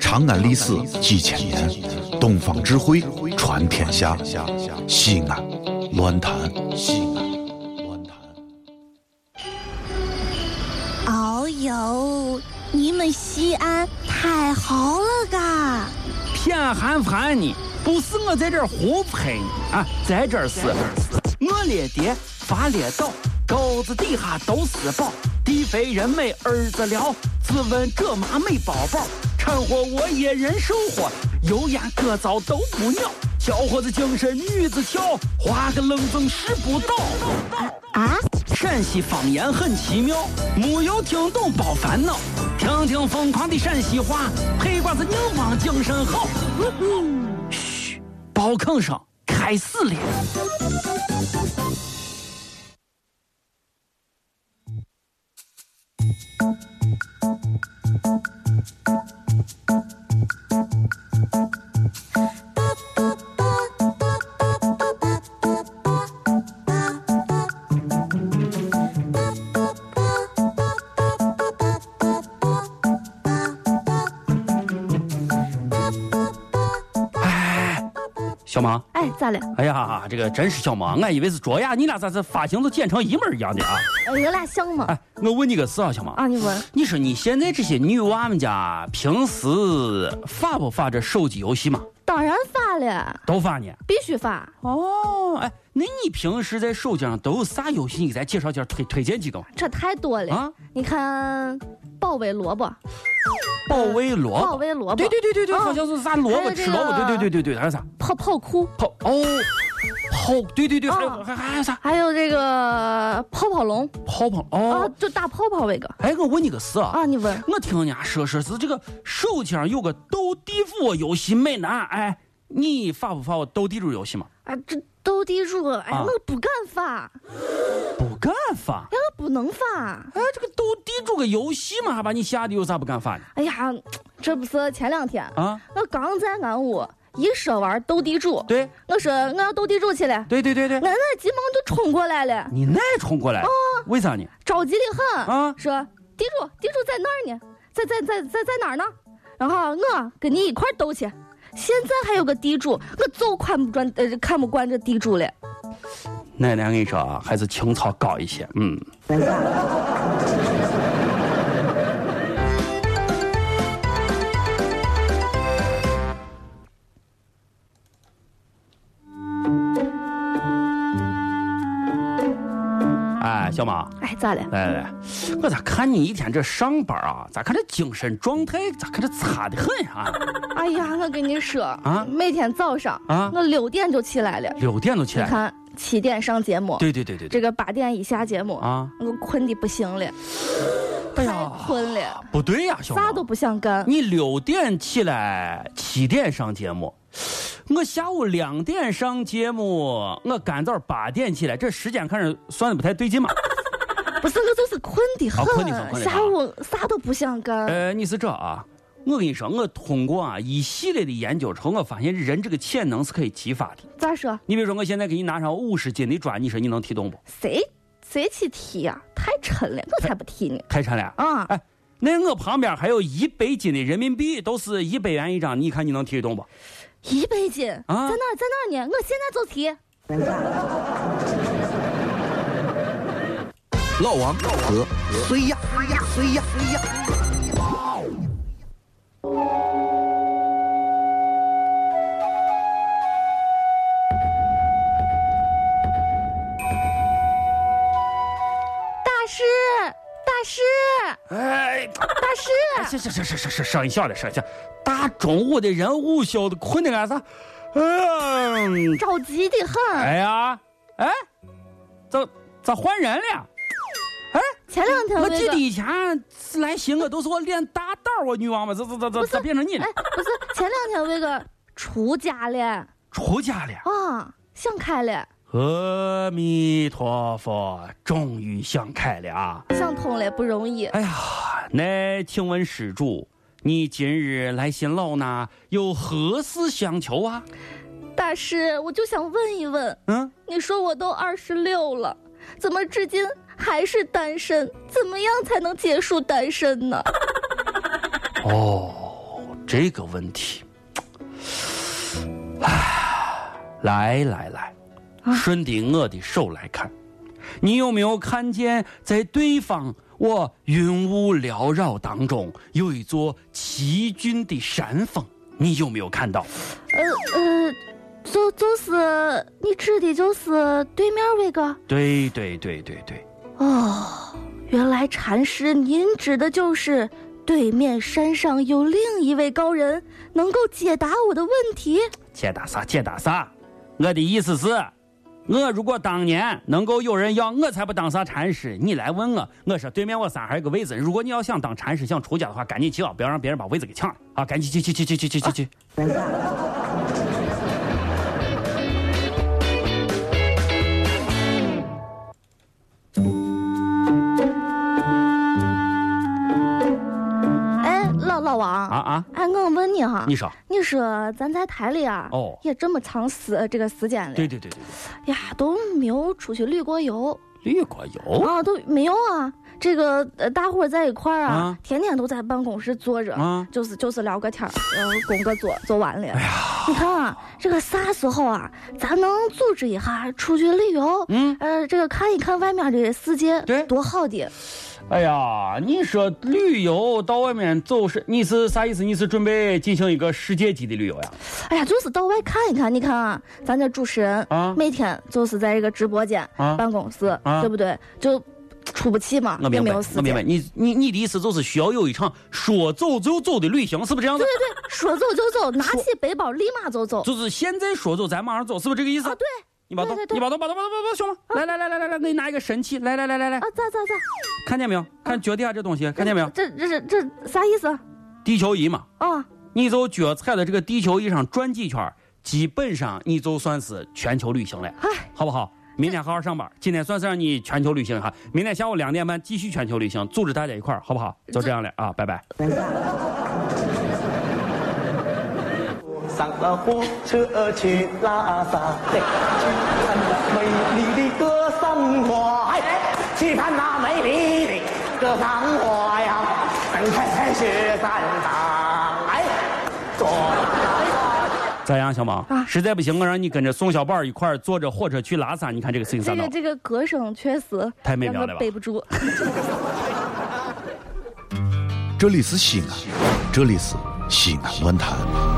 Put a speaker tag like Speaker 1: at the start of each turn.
Speaker 1: 长安历史几千年，东方智慧传天下。西安，乱谈西安，乱谈。
Speaker 2: 哦呦，你们西安太好了嘎！
Speaker 3: 偏寒寒你，不是我在这儿胡喷你啊，在这儿是，我列爹发列倒，沟子底下都是宝，地肥人美儿子了，自问这妈没宝宝，掺和我也人生活，油盐各糟都不尿，小伙子精神女子俏，花个愣风使不倒。
Speaker 2: 啊，
Speaker 3: 陕西方言很奇妙，没有听懂别烦恼，听听疯狂的陕西话，黑瓜子硬邦精神好。嘘，包吭声开始了。小马，
Speaker 2: 哎，咋了？
Speaker 3: 哎呀，这个真是小马，我以为是卓雅，你俩咋这发型都剪成一模一样的啊？
Speaker 2: 呃有俩像吗？
Speaker 3: 哎，我问你个事啊，小马，
Speaker 2: 啊，你问，
Speaker 3: 你说你现在这些女娃们家平时发不发这手机游戏嘛？
Speaker 2: 当然发了，
Speaker 3: 都发呢。
Speaker 2: 必须发。
Speaker 3: 哦，哎，那你平时在手机上都有啥游戏？你给咱介绍介绍，推推荐几个嘛？
Speaker 2: 这太多了。
Speaker 3: 啊
Speaker 2: 你看，鲍威萝卜，
Speaker 3: 鲍威萝
Speaker 2: 嗯
Speaker 3: 卜，
Speaker 2: 鲍威萝卜
Speaker 3: 对对对对对，
Speaker 2: 啊
Speaker 3: 好像是啥萝
Speaker 2: 还
Speaker 3: 卜
Speaker 2: 有这
Speaker 3: 吃
Speaker 2: 个
Speaker 3: 萝卜，对对对对对，还有啥
Speaker 2: 泡泡裤，
Speaker 3: 泡哦泡，对对对，还有
Speaker 2: 啊
Speaker 3: 还还有啥
Speaker 2: 还有这个泡泡龙
Speaker 3: 泡泡
Speaker 2: 啊
Speaker 3: 哦，。
Speaker 2: 就大泡泡那个
Speaker 3: 哎，我问你个事啊，
Speaker 2: 啊，你问
Speaker 3: 我听人家说说是这个手机上有个斗地主游戏美男，哎，你发不发我斗地主游戏嘛？
Speaker 2: 啊，这斗地主，哎呀
Speaker 3: 啊，
Speaker 2: 我不敢发，
Speaker 3: 不敢发。
Speaker 2: 哎，我不能发。
Speaker 3: 哎，这个斗地主个游戏嘛，还把你吓得有啥不敢发的
Speaker 2: 哎呀，这不是前两天，
Speaker 3: 啊？
Speaker 2: 我刚在俺屋一说玩斗地主，
Speaker 3: 对
Speaker 2: 我说我要斗地主去了，俺
Speaker 3: 对对对对。
Speaker 2: 那急忙就冲过来了，
Speaker 3: 你那冲过来
Speaker 2: 哦
Speaker 3: 了，为啥呢？
Speaker 2: 着急的很，
Speaker 3: 啊
Speaker 2: 说地主地主在哪儿呢？在在在在在哪儿呢？然后我跟你一块儿斗去。现在还有个地主，我就看不转呃看不惯这地主了。
Speaker 3: 奶奶，我跟你说啊，还是情操高一些。嗯，哎，小马，
Speaker 2: 哎，咋了？
Speaker 3: 来来来，我咋看你一天这上班啊？咋看这精神状态？咋看这差的很啊？
Speaker 2: 哎呀，我跟你说
Speaker 3: 啊
Speaker 2: 每天早上
Speaker 3: 啊
Speaker 2: 我六点就起来了，
Speaker 3: 六点都起
Speaker 2: 你
Speaker 3: 来了。
Speaker 2: 看七点上节目，
Speaker 3: 对对对对对
Speaker 2: 这。个八点以下节目
Speaker 3: 啊，
Speaker 2: 我困的不行了，
Speaker 3: 哎
Speaker 2: 太
Speaker 3: 呀，
Speaker 2: 困了，
Speaker 3: 不对呀、小马。
Speaker 2: 啥都不想干。
Speaker 3: 你六点起来，七点上节目。我下午两点上节目，我干早八点起来，这时间看着算的不太对 劲嘛。
Speaker 2: 不是，我就是困得
Speaker 3: 啊困得很
Speaker 2: 很，
Speaker 3: 困得很
Speaker 2: 下午啥都不想干。
Speaker 3: 呃，你是这啊？我跟你说，我通过啊一系列的研究之后，我发现人这个潜能是可以激发的。
Speaker 2: 咋说？
Speaker 3: 你比如说，我现在给你拿上五十斤的砖，你说你能提动不？
Speaker 2: 谁谁去踢呀、啊太沉了，我才不踢呢。
Speaker 3: 太沉了啊！
Speaker 2: 啊，
Speaker 3: 哎，那我旁边还有一百斤的人民币，都是一百元一张，你看你能提动不？
Speaker 2: 一百斤，在
Speaker 3: 啊
Speaker 2: 哪儿在哪儿呢？我现在就踢。
Speaker 1: 老王和谁呀？谁呀？谁呀？
Speaker 2: 大师，大师，
Speaker 3: 哎，
Speaker 2: 大师，
Speaker 3: 这这这这这这上一笑的上一笑，大中午的人午休的困的干啥？嗯，
Speaker 2: 着急的很。
Speaker 3: 哎呀，哎，咋咋换人了？
Speaker 2: 前两天
Speaker 3: 我
Speaker 2: 啊那
Speaker 3: 记得
Speaker 2: 个。
Speaker 3: 以前是来寻我都是我练大道我女王嘛，咋咋咋咋咋变成你了
Speaker 2: 哎？，不是前两天那个出家了
Speaker 3: 出家了。
Speaker 2: 啊，想开了，
Speaker 3: 阿弥陀佛，终于想开了啊！
Speaker 2: 想通了，不容易。
Speaker 3: 哎呀，那请问施主，你今日来寻老衲有何事相求啊？
Speaker 2: 大师，我就想问一问，
Speaker 3: 嗯，
Speaker 2: 你说我都二十六了，怎么至今还是单身？怎么样才能结束单身呢？
Speaker 3: 哦，这个问题，唉，来来来，顺着我的手来看，你有没有看见在对方我云雾缭绕当中有一座奇峻的山峰？你有没有看到？
Speaker 2: 呃呃，就就是你指的就是对面儿那个
Speaker 3: 对对对对对，
Speaker 2: 哦，原来禅师您指的就是对面山上有另一位高人，能够解答我的问题。
Speaker 3: 解答啥？解答啥？我的意思是，我如果当年能够有人要，我才不当啥禅师。你来问我，我说对面我三还有个位子。如果你要想当禅师，想出家的话，赶紧去啊，不要让别人把位子给抢了啊！赶紧去去去去去去去去。
Speaker 2: 哎，老老王
Speaker 3: 啊啊！
Speaker 2: 哎，我问你哈，
Speaker 3: 你说，
Speaker 2: 你说咱在台里啊，
Speaker 3: 哦
Speaker 2: 也这么长时这个时间了，
Speaker 3: 对对对对，
Speaker 2: 哎呀，都没有出去旅过游
Speaker 3: 绿果油
Speaker 2: 啊，都没有啊。这个呃，大伙儿在一块儿啊
Speaker 3: 啊，
Speaker 2: 天天都在办公室坐着，
Speaker 3: 啊哎
Speaker 2: 就是就是聊个天儿，然后工个作就完了。你看啊，这个啥时候啊，咱能组织一下出去旅游？
Speaker 3: 嗯，
Speaker 2: 呃，这个看一看外面的世界，
Speaker 3: 对
Speaker 2: 多好的。
Speaker 3: 哎呀，你说旅游到外面走是你是啥意思？你是准备进行一个世界级的旅游呀？
Speaker 2: 哎呀，就是到外看一看，你看啊，咱这主持人
Speaker 3: 啊
Speaker 2: 每天就是在这个直播间、
Speaker 3: 啊
Speaker 2: 办公室，
Speaker 3: 啊
Speaker 2: 对不对？就出不去嘛，
Speaker 3: 我
Speaker 2: 也
Speaker 3: 明
Speaker 2: 没
Speaker 3: 白，
Speaker 2: 有时
Speaker 3: 我明白，
Speaker 2: 间。
Speaker 3: 你你你的意思就是需要有一场说走就走的旅行，是不是这样子？
Speaker 2: 说走就走，拿起背包立马就走。
Speaker 3: 就是现在说走，咱马上走，是不是这个意思？
Speaker 2: 啊，对
Speaker 3: 你把动
Speaker 2: 对对，对
Speaker 3: 你把动，把动，把动，把动，兄弟，来来来来来来，给你拿一个神器，来来来来来
Speaker 2: 啊，，咋咋咋？
Speaker 3: 看见没有？看脚底下这东西，看见没有？
Speaker 2: 这这这这啥意思？
Speaker 3: 地球仪嘛，
Speaker 2: 啊，
Speaker 3: 你就脚踩在这个地球仪上转几圈儿，基本上你就算是全球旅行了，
Speaker 2: 哎，
Speaker 3: 好不好？明天好好上班，今天算是让你全球旅行哈。明天下午两点半继续全球旅行，组织大家一块儿，好不好？就这样了啊，拜拜。
Speaker 4: 上了火车去拉萨，嘿，去看那美丽的格桑花，哎，去看那美丽的格桑花呀，等开雪山岗，哎，左
Speaker 3: 咋样，小王？
Speaker 2: 啊
Speaker 3: 实在不行，我让你跟着宋小宝一块儿坐着火车去拉萨，你看这个事情咋
Speaker 2: 这
Speaker 3: 弄
Speaker 2: 个？这个歌声确实
Speaker 3: 太美
Speaker 2: 让
Speaker 3: 妙
Speaker 2: 我
Speaker 3: 了吧
Speaker 2: 背不住。
Speaker 1: 这里是西安，这里是西安论坛。